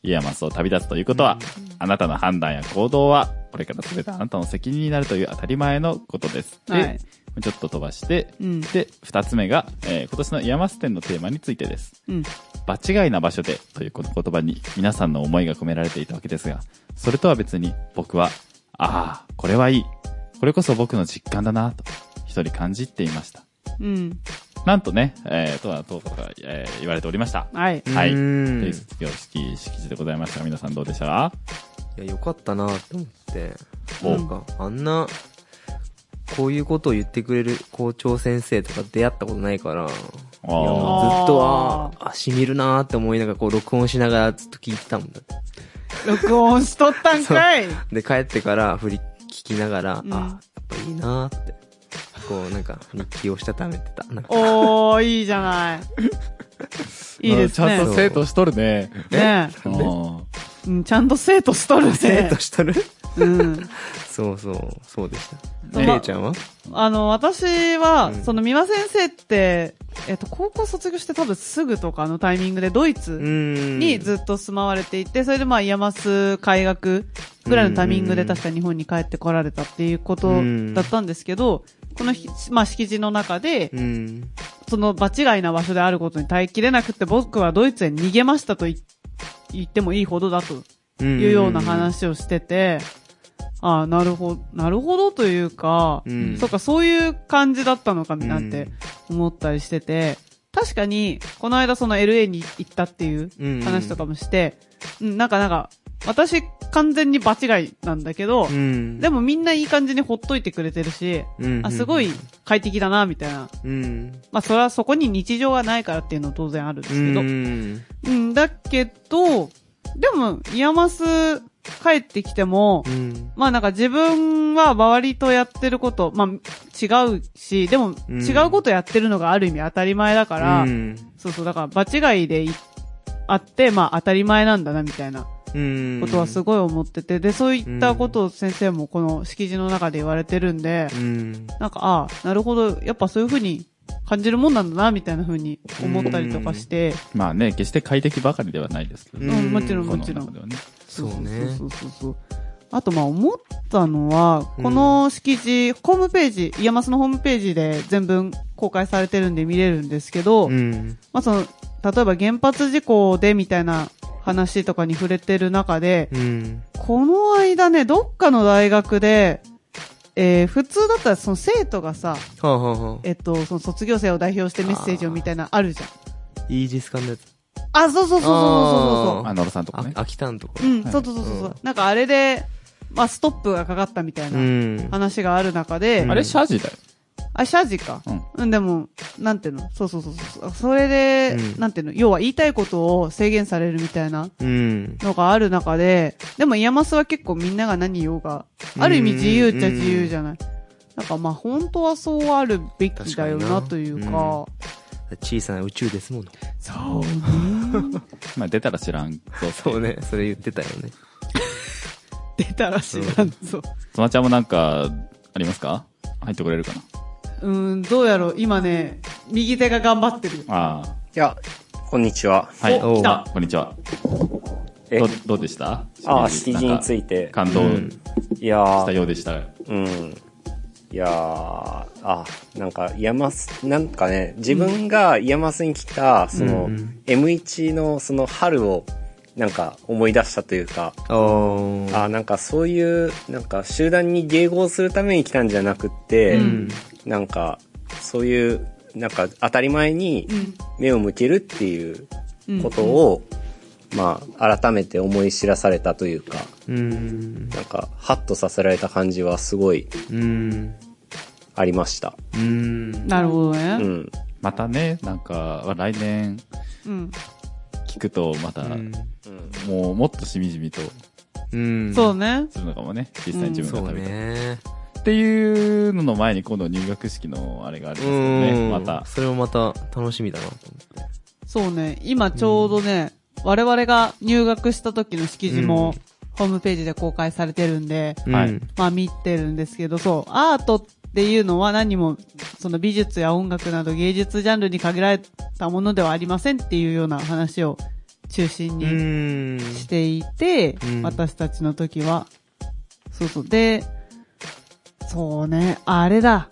Speaker 1: イヤマスを旅立つということは、あなたの判断や行動は、これから全てあなたの責任になるという当たり前のことです。で、
Speaker 2: はい
Speaker 1: ちょっと飛ばして、
Speaker 2: うん
Speaker 1: で、二つ目が、えー今年のイヤマス展のテーマについてです。
Speaker 2: うん。
Speaker 1: 場違いな場所でというこの言葉に皆さんの思いが込められていたわけですが、それとは別に僕は、ああ、これはいい。これこそ僕の実感だなと、一人感じていました。
Speaker 2: うん。
Speaker 1: なんとね、えー、とは、とうとか、えー言われておりました。
Speaker 2: はい。
Speaker 1: はい。と
Speaker 3: うん
Speaker 1: いう卒業式、式辞でございましたが、皆さんどうでしたか
Speaker 3: いやよかったなと思って
Speaker 1: お
Speaker 3: なんかあんなこういうことを言ってくれる校長先生とか出会ったことないからいやもうずっと、
Speaker 2: あ
Speaker 3: あ
Speaker 2: ー
Speaker 3: あ、あ、染みるなーって思いながら、こう、録音しながらずっと聞いてたもんだって。
Speaker 2: 録音しとったんかい。
Speaker 3: で、帰ってから振り聞きながら、
Speaker 2: うん
Speaker 3: あ、やっぱいいなーって。こう、なんか、日記をしたためてた。なんか
Speaker 2: おー、いいじゃ
Speaker 3: *laughs*
Speaker 2: ない。いいです
Speaker 1: ちゃん
Speaker 2: ね。
Speaker 1: と生徒しとるね。
Speaker 2: ね
Speaker 1: うん
Speaker 2: え、うん、ちゃんと生徒しとるね。
Speaker 3: 生徒しとる *laughs*
Speaker 2: うん。
Speaker 3: そうそう、そうでした。
Speaker 2: そう
Speaker 3: れいちゃんは
Speaker 2: あの、私は、
Speaker 3: うん
Speaker 2: その、三輪先生って、えっと、高校卒業して多分すぐとかのタイミングでドイ
Speaker 3: う
Speaker 2: ツ
Speaker 3: ーん。
Speaker 2: にずっと住まわれていて、それでまあ、イヤマス開学ぐらいのタイミングで
Speaker 3: うん
Speaker 2: 確か日本に帰ってこられたっていうこと
Speaker 3: うん
Speaker 2: だったんですけど、このひ、まあ、敷地の中で、
Speaker 3: うん。
Speaker 2: その場違いな場所であることに耐えきれなくて、僕はドイツへ逃げましたと言言ってもいいほどだと
Speaker 3: うん。
Speaker 2: いうような話をしてて、ああ、なるほど、なるほどというか、
Speaker 3: うん
Speaker 2: そっか、そういう感じだったのかなんて
Speaker 3: うん
Speaker 2: 思ったりしてて、確かに、この間その LA に行ったっていう
Speaker 3: うん
Speaker 2: 話とかもして、うん、なんかなんか、私完全に場違いなんだけど、
Speaker 3: うん。
Speaker 2: で
Speaker 3: も、
Speaker 2: もみんないい感じにほっといてくれてるし、
Speaker 3: うん
Speaker 2: あ、すごい。快適だな、みたいな。
Speaker 3: うん。
Speaker 2: まあ、それはそこに日常がないからっていうのは当然あるんですけど。
Speaker 3: うん。
Speaker 2: うん、だけど、でも、イヤマス帰ってきても、
Speaker 3: うん。
Speaker 2: まあなんか自分は周りとやってること、まあ違うし、でも
Speaker 3: うん
Speaker 2: 違うことやってるのがある意味当たり前だから、
Speaker 3: うん。
Speaker 2: そうそう、だから場違いでいあって、まあ当たり前なんだなみたいな
Speaker 3: うん。
Speaker 2: ことはす
Speaker 3: ご
Speaker 2: ごい思ってて、で、そういったことを先生もこの敷地の中で言われてるんで、
Speaker 3: うん。
Speaker 2: なんか、ああ、なるほど、やっぱそういうふうに感じるもんなんだな、みたいなふうに思ったりとかして、
Speaker 1: まあね、決して快適ばかりではないですけど
Speaker 2: う
Speaker 1: ね。
Speaker 2: ん、
Speaker 3: うん
Speaker 2: もちろん
Speaker 1: こ
Speaker 2: も
Speaker 1: の
Speaker 2: ちろん
Speaker 1: 中。ではね。
Speaker 3: そうね
Speaker 2: そ。うそうそうそう。あと、まあ、思ったのは、
Speaker 3: うん
Speaker 2: この敷地、ホームページ、イヤマスのホームページで全文公開されてるんで見れるんですけど、
Speaker 3: うん。
Speaker 2: まあ、その、例えば原発事故でみたいな話とかに触れてる中で、
Speaker 3: うん。
Speaker 2: この間ね、どっかの大学で、えー、普通だったらその生徒がさ、
Speaker 3: はあ、はあはあ、
Speaker 2: えっと、その卒業生を代表してメッセージをみたいなあるじゃん。
Speaker 3: イージス艦のやつ。
Speaker 2: あ、そうそうそうそうそうそうそう。
Speaker 1: あ、野呂さんとか
Speaker 3: あ、
Speaker 1: ね。
Speaker 3: 秋田のとこ
Speaker 2: う
Speaker 3: ろ。
Speaker 2: ん、
Speaker 1: はい
Speaker 2: そうそうそうそう、
Speaker 3: うん。
Speaker 2: なんかあれで、まあ、ストップがかかったみたいうなん話がある中で、
Speaker 3: うん
Speaker 1: あれ、シャジだよ。
Speaker 2: あ、謝辞か。
Speaker 1: うん。
Speaker 2: うん、でも、なんていうのそうそうそうそう。それで、
Speaker 3: うん
Speaker 2: なんていうの要は言いたいことを制限されるみたいな
Speaker 3: うん。
Speaker 2: のがある中で、でもイヤマスは結構みんなが何言おうが、ある意味自由っちゃ自由じゃない。なんかまあ本当はそうあるべきだよなという
Speaker 3: 確かにな
Speaker 2: か、
Speaker 3: 小さな宇宙ですもの。
Speaker 2: そう。
Speaker 1: まあ出たら知らんぞって。
Speaker 3: そうね。それ言ってたよね。
Speaker 2: 出たら知らんぞ。
Speaker 1: つまちゃんもなんか、ありますか入ってくれるかな
Speaker 2: うん、どうやろう今ね、右手が頑張ってるよ。
Speaker 1: あ
Speaker 5: いや、こんにちは。
Speaker 1: あ。はい。
Speaker 2: お来た
Speaker 1: こんにちは。
Speaker 5: え
Speaker 1: ど、どうでした
Speaker 5: ああ、敷地につ
Speaker 1: い
Speaker 5: いて。
Speaker 1: 感動
Speaker 3: うん
Speaker 1: し
Speaker 5: いや
Speaker 1: た
Speaker 5: ー、
Speaker 1: ようでしたが。
Speaker 5: うん。いやー、あ、なんか、イヤマス、なんかね、自分がイヤマスに来た、その、
Speaker 3: うんうん
Speaker 5: M1 のその春を、なんか思い出したというか、
Speaker 3: おー。
Speaker 5: あなんかそういう、なんか集団に迎合するために来たんじゃなくって、
Speaker 2: うん
Speaker 5: なんか、そういう、なんか当たり前に
Speaker 2: うん
Speaker 5: 目を向けるっていう
Speaker 2: うん。
Speaker 5: ことを、まあ、改めて思い知らされたというか、
Speaker 3: うん。
Speaker 5: なんか、ハッとさせられた感じはすごい
Speaker 3: うん。
Speaker 5: ありました。
Speaker 3: うん。
Speaker 2: なるほど
Speaker 5: う
Speaker 2: ね。
Speaker 5: ん。
Speaker 1: またね、なんか、来年
Speaker 2: うん。
Speaker 1: 聞くと、また、
Speaker 5: うん。
Speaker 1: もうもっとしみじみと
Speaker 3: うん。
Speaker 2: そうね。
Speaker 1: するのかもね。実際に自分が
Speaker 3: そ
Speaker 1: 食
Speaker 3: う
Speaker 1: べた。
Speaker 3: ね。
Speaker 1: っていうのの前に今度入学式のあれがあり
Speaker 3: う
Speaker 1: ますよね。
Speaker 3: ん。
Speaker 1: また。
Speaker 3: それもまた楽しみだなと思って。
Speaker 2: そうね、今ちょうどね、我々が入学した時の式辞も、ホームページで公開されてるんで、
Speaker 1: はい
Speaker 3: うん
Speaker 2: まあ見てるんですけど、そう、アートっていうのは何も、その美術や音楽など芸術ジャンルに限られたものではありませんっていうような話を中心
Speaker 3: う
Speaker 2: に
Speaker 3: ん。
Speaker 2: していて、
Speaker 3: うん
Speaker 2: 私たちの時は。そうそう。で、そうね、あれだ。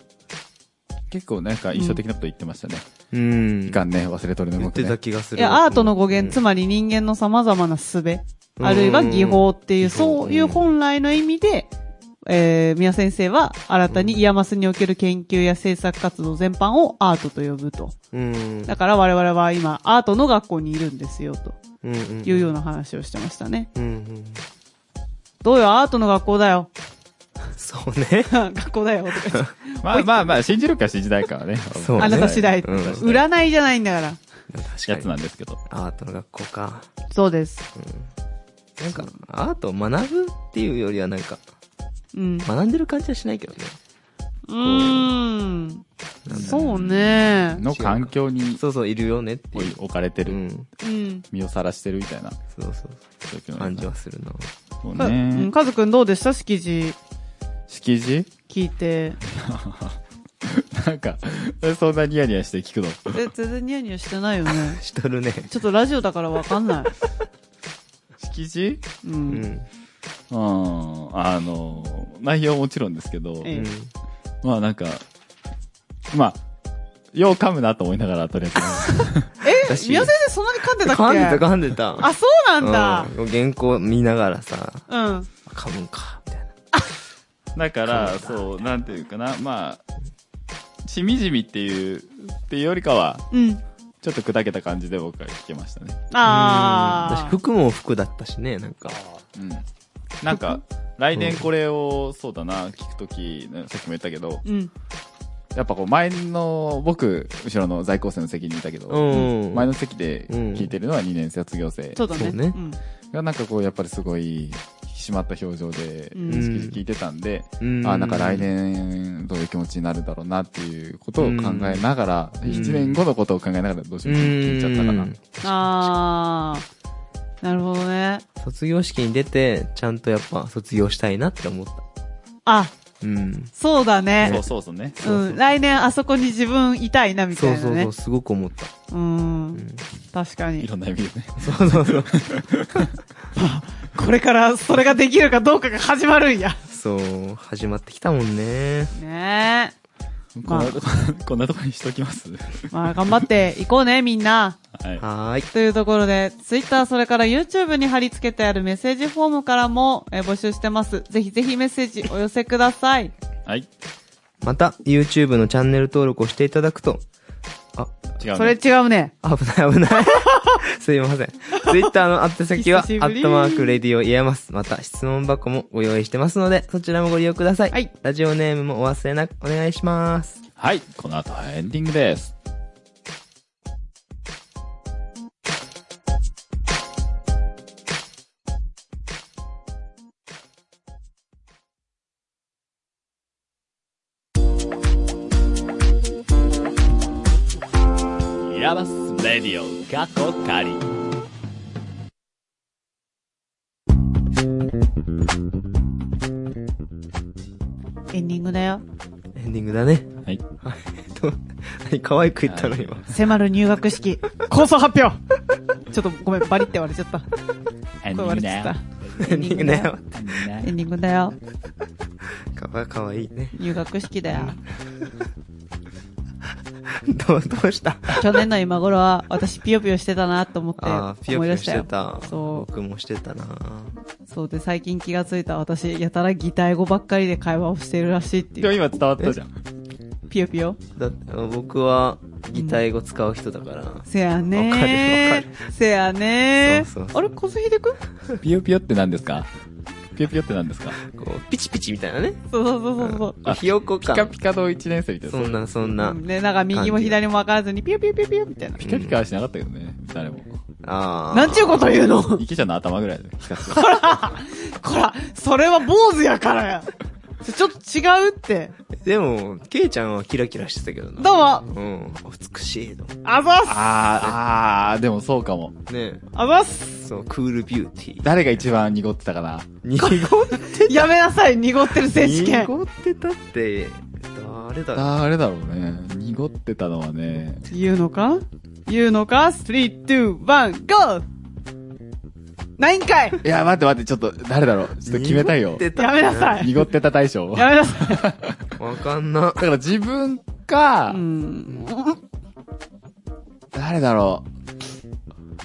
Speaker 1: 結構なんか印象的なこと言ってましたね。
Speaker 3: うん。
Speaker 1: いかんね、忘れとるね、
Speaker 3: 言っ
Speaker 1: 僕
Speaker 3: て
Speaker 1: ね
Speaker 3: た。気がす
Speaker 2: い
Speaker 3: る。
Speaker 2: や、アートの語
Speaker 3: う
Speaker 2: 源、
Speaker 3: ん
Speaker 2: つまり人間の様々な術、
Speaker 3: うん
Speaker 2: あるいは技法っていうう、
Speaker 3: ん
Speaker 2: そういう本来の意味で、えー、宮先生は新たにイヤマスにおける研究や制作活動全般をアートと呼ぶと。
Speaker 3: うん。
Speaker 2: だから我々は今、アートの学校にいるんですよ、と
Speaker 3: うんうん。
Speaker 2: いうような話をしてましたね。
Speaker 3: うんうん。
Speaker 2: どうよ、アートの学校だよ。 *laughs*
Speaker 3: そうね。
Speaker 2: 学校だよ、と
Speaker 3: *laughs*
Speaker 2: か言って。
Speaker 1: まあまあまあ、信じるか信じないかはね。
Speaker 3: そうね
Speaker 2: あなた次第。
Speaker 3: うん
Speaker 2: 占いじゃないんだから。
Speaker 3: 確
Speaker 1: やつ
Speaker 3: か
Speaker 1: なん
Speaker 3: に。
Speaker 1: ですけど。
Speaker 3: アートの学校か。
Speaker 2: そうです。
Speaker 3: なんか、アートを学ぶっていうよりはなんか、
Speaker 2: うん。
Speaker 3: 学んでる感じはしないけどね。
Speaker 2: うーん。
Speaker 3: なんだろ
Speaker 2: そうね。
Speaker 1: の環境に
Speaker 3: うそうそう、いるよねっていう。
Speaker 1: 置かれて
Speaker 3: う
Speaker 1: る、
Speaker 3: ん。
Speaker 2: うん。
Speaker 1: 身をさらしてるみたいな
Speaker 3: そうそう。感じはするな。
Speaker 1: そう
Speaker 2: かうん
Speaker 1: ね。
Speaker 2: カズくんどうでした式辞
Speaker 1: 敷地 *laughs*
Speaker 2: 聞いて。
Speaker 1: なんか、そんなニヤニヤして聞くの。
Speaker 2: え、全然ニヤニヤしてないよ
Speaker 3: *laughs*
Speaker 2: ね。
Speaker 3: しとるね。
Speaker 2: ちょっとラジオだからわかんない。
Speaker 1: 敷地
Speaker 2: う。
Speaker 3: うんん。
Speaker 1: うん。あの、内容もちろんですけど、
Speaker 2: え
Speaker 3: うん。
Speaker 1: まあなんか、まあ、よう噛むなと思いながら、とりあえず。
Speaker 2: え、
Speaker 3: 私
Speaker 2: 宮先生そんなに噛んでたっけ
Speaker 3: 噛んでた、噛んでた。
Speaker 2: あ、そうな
Speaker 3: うん。原稿見ながらさ、
Speaker 2: んだ。うん。
Speaker 3: 噛むんか、みたいな。 *laughs*
Speaker 1: だから、そう、なんていうかな、まあ、しみじみっていう、っていうよりかは、
Speaker 2: うん。
Speaker 1: ちょっと砕けた感じで僕は聞けましたね。
Speaker 3: うん
Speaker 2: あ
Speaker 3: 私
Speaker 2: ー。
Speaker 3: 服も服だったしね、なんか。
Speaker 1: うん。なんか、来年これを、そうだな、聞くとき、ねさっきも言ったけど、
Speaker 2: うん。
Speaker 1: やっぱこう前の、僕、後ろの在校生の席にいたけど、
Speaker 3: うん。
Speaker 1: 前の席で聞いてるのは2年卒業生
Speaker 2: そうだね。
Speaker 3: そうね
Speaker 2: ん。
Speaker 1: がなんかこうやっぱりすごい引き締まった表情で
Speaker 2: うん
Speaker 1: 聞いてたんで、
Speaker 3: うん
Speaker 1: あなんか来年どういう気持ちになるだろうなっていうことを考えながら、
Speaker 3: ん
Speaker 1: 1年後のことを考えながらどうし
Speaker 3: う
Speaker 1: よ
Speaker 3: ん
Speaker 1: うも聞いちゃったかな。
Speaker 2: あー。なるほどね。
Speaker 3: 卒業式に出て、ちゃんとやっぱ卒業したいなって思った。
Speaker 2: あ、
Speaker 3: うん。
Speaker 2: そうだね。
Speaker 1: そうそうね。
Speaker 3: そう
Speaker 2: うん。来年あそこに自分いたいな、みた
Speaker 3: そ
Speaker 2: いうなね。
Speaker 3: そうそう、すごく思った。
Speaker 2: うん。確か
Speaker 1: い
Speaker 2: に。
Speaker 1: ろんな意味でね。
Speaker 3: そうそうそう。
Speaker 2: これからそれができるかどうかが始まるんや。
Speaker 3: そう、始まってきたもんね。
Speaker 2: ね
Speaker 1: こんなとこ、こんなとこにしときます。
Speaker 2: え。まあ、頑張っていこうね、みんな。
Speaker 1: はい。
Speaker 3: はーい。
Speaker 2: というところで、Twitter、それから YouTube に貼り付けてあるメッセージフォームからも、えー募集してます。ぜひぜひメッセージお寄せください。
Speaker 1: *laughs* はい。
Speaker 3: また、YouTube のチャンネル登録をしていただくと、あ、
Speaker 1: 違う、ね。
Speaker 2: それ違うね。
Speaker 3: 危ない *laughs* 危ない。すいません。Twitter の宛先は、ア
Speaker 2: 久しぶり
Speaker 3: ットマークレディを言えます。また、質問箱もご用意してますので、そちらもご利用ください。
Speaker 2: はい
Speaker 3: ラジオネームもお忘れなくお願いします。
Speaker 1: はい。この後はエンディングです。
Speaker 4: ヤマスレディオ過去仮
Speaker 2: エンディングだよ。
Speaker 3: エンディングだね。
Speaker 1: はい。
Speaker 3: えっ *laughs* と、何可愛く言ったの今。
Speaker 2: 迫る入学式。構想発表ちょっとごめん、バリって割れちゃった。
Speaker 1: エンディン
Speaker 2: 割
Speaker 1: グ
Speaker 2: れちゃっ
Speaker 1: だよ。。
Speaker 2: た
Speaker 3: エンディングだよ。 *laughs*
Speaker 2: エンディングだよ。
Speaker 3: かわかわいいね。
Speaker 2: 入学式だよ。
Speaker 3: *laughs* どう、どうした
Speaker 2: 去年の今頃は、私ピヨピヨしてたなと思って
Speaker 3: あー、ピヨ
Speaker 2: 思
Speaker 3: ピ
Speaker 2: い出
Speaker 3: ヨし
Speaker 2: した
Speaker 3: て
Speaker 2: よ。
Speaker 3: た。
Speaker 2: そう
Speaker 3: 僕もしてたな
Speaker 2: そうで、最近気がついた私、やたら擬態語ばっかりで会話をしてるらしいってい
Speaker 1: でも
Speaker 2: う。
Speaker 1: 今伝わったじゃん。
Speaker 2: ピヨピヨ
Speaker 3: だって、僕は、擬態語使う人だから。
Speaker 2: せやねー。
Speaker 3: わかるわ
Speaker 2: せやねー。
Speaker 3: そうそうそう
Speaker 2: あれ、小杉でくん
Speaker 1: ピヨピヨって何ですかピヨピヨって何ですか
Speaker 3: こう、ピチピチみたいなね。
Speaker 2: そうそうそうそう
Speaker 1: あ
Speaker 3: ひよこ
Speaker 1: ピカ
Speaker 3: 感。
Speaker 1: ピカの1年生みたいな
Speaker 3: そ。んな、そん
Speaker 2: そう
Speaker 3: な。
Speaker 2: うん。で、なんか右も左も分からずに、ピヨピヨピヨピヨみたいな。
Speaker 1: ピカピカはしなかったけどね、誰も。
Speaker 3: ああ。
Speaker 2: なんちゅうこと言うの *laughs* こ
Speaker 1: *laughs* 池ちゃんの頭ぐらいで、光って
Speaker 2: ら、それは坊主やからや。それちょっと違うって。
Speaker 3: でも、ケイちゃんはキラキラしてたけどな。
Speaker 2: どうも、
Speaker 3: うん。美しいの。ね
Speaker 2: あざっす
Speaker 1: あー、あー、でもそうかも。
Speaker 3: え
Speaker 2: あざっす
Speaker 3: そう、クールビューティー。
Speaker 1: 誰が一番濁ってたかな
Speaker 3: 濁って
Speaker 2: やめなさい、濁ってる選手権。
Speaker 3: 濁ってたって、誰だろう
Speaker 1: あーあれだろうね。濁ってたのはね、
Speaker 2: 言うのか言うのか ?3、2、1、GO! ないんかい
Speaker 1: いや、待って待って、ちょっと、誰だろうちょっと決めたいよ
Speaker 3: 濁っ。てた
Speaker 2: やめなさい
Speaker 1: 濁ってた大将。だ
Speaker 2: やめなさい
Speaker 3: *laughs* わかんな。
Speaker 1: から自分か、
Speaker 2: うん。
Speaker 1: 誰だろ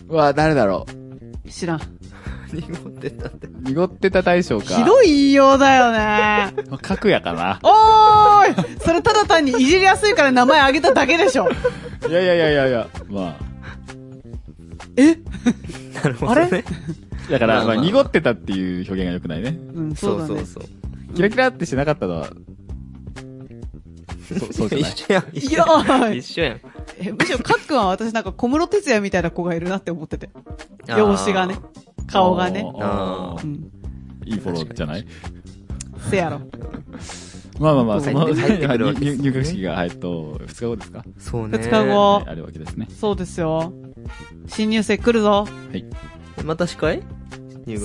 Speaker 1: ううわ、誰だろう
Speaker 2: 知らん。
Speaker 3: 濁ってたって。
Speaker 1: 濁ってた大将か。
Speaker 2: ひどい言いようだよね。
Speaker 1: い角やかな。
Speaker 2: おーいそれただ単にいじりやすいから名前あげただけでしょ。
Speaker 1: いやいやいやいやいや、ま
Speaker 2: え
Speaker 3: なるほど
Speaker 2: あれ
Speaker 3: ね。
Speaker 1: あ。だから、
Speaker 3: まあま
Speaker 1: ま
Speaker 3: あ
Speaker 1: あ、濁ってたっていう表現が良くないね。
Speaker 2: うん、そ
Speaker 3: そうう
Speaker 2: だ
Speaker 3: そ
Speaker 2: ね
Speaker 3: う。そう。
Speaker 1: キラキラってしなかったの *laughs* は、そそうじゃない。
Speaker 3: *laughs* 一緒やん。
Speaker 2: い
Speaker 3: 一
Speaker 2: や
Speaker 3: 緒やん。
Speaker 2: ーい
Speaker 3: 一緒やん。
Speaker 2: えむしろ、かっくんは私なんか小室哲也みたいな子がいるなって思ってて。容姿がね。顔がね。
Speaker 1: あーあ
Speaker 2: う
Speaker 1: ー
Speaker 2: ん。
Speaker 1: いいフォローじゃない
Speaker 2: せやろ。
Speaker 1: まあまあまあ、そ
Speaker 3: 入
Speaker 1: の、
Speaker 3: って入ってくるわけですね
Speaker 1: 入学式が、えっと、2日後ですか
Speaker 3: そうね。
Speaker 2: 二日後
Speaker 1: は
Speaker 2: あ
Speaker 1: いあるわけですね。
Speaker 2: そうですよ。新入生来るぞ。
Speaker 3: また司会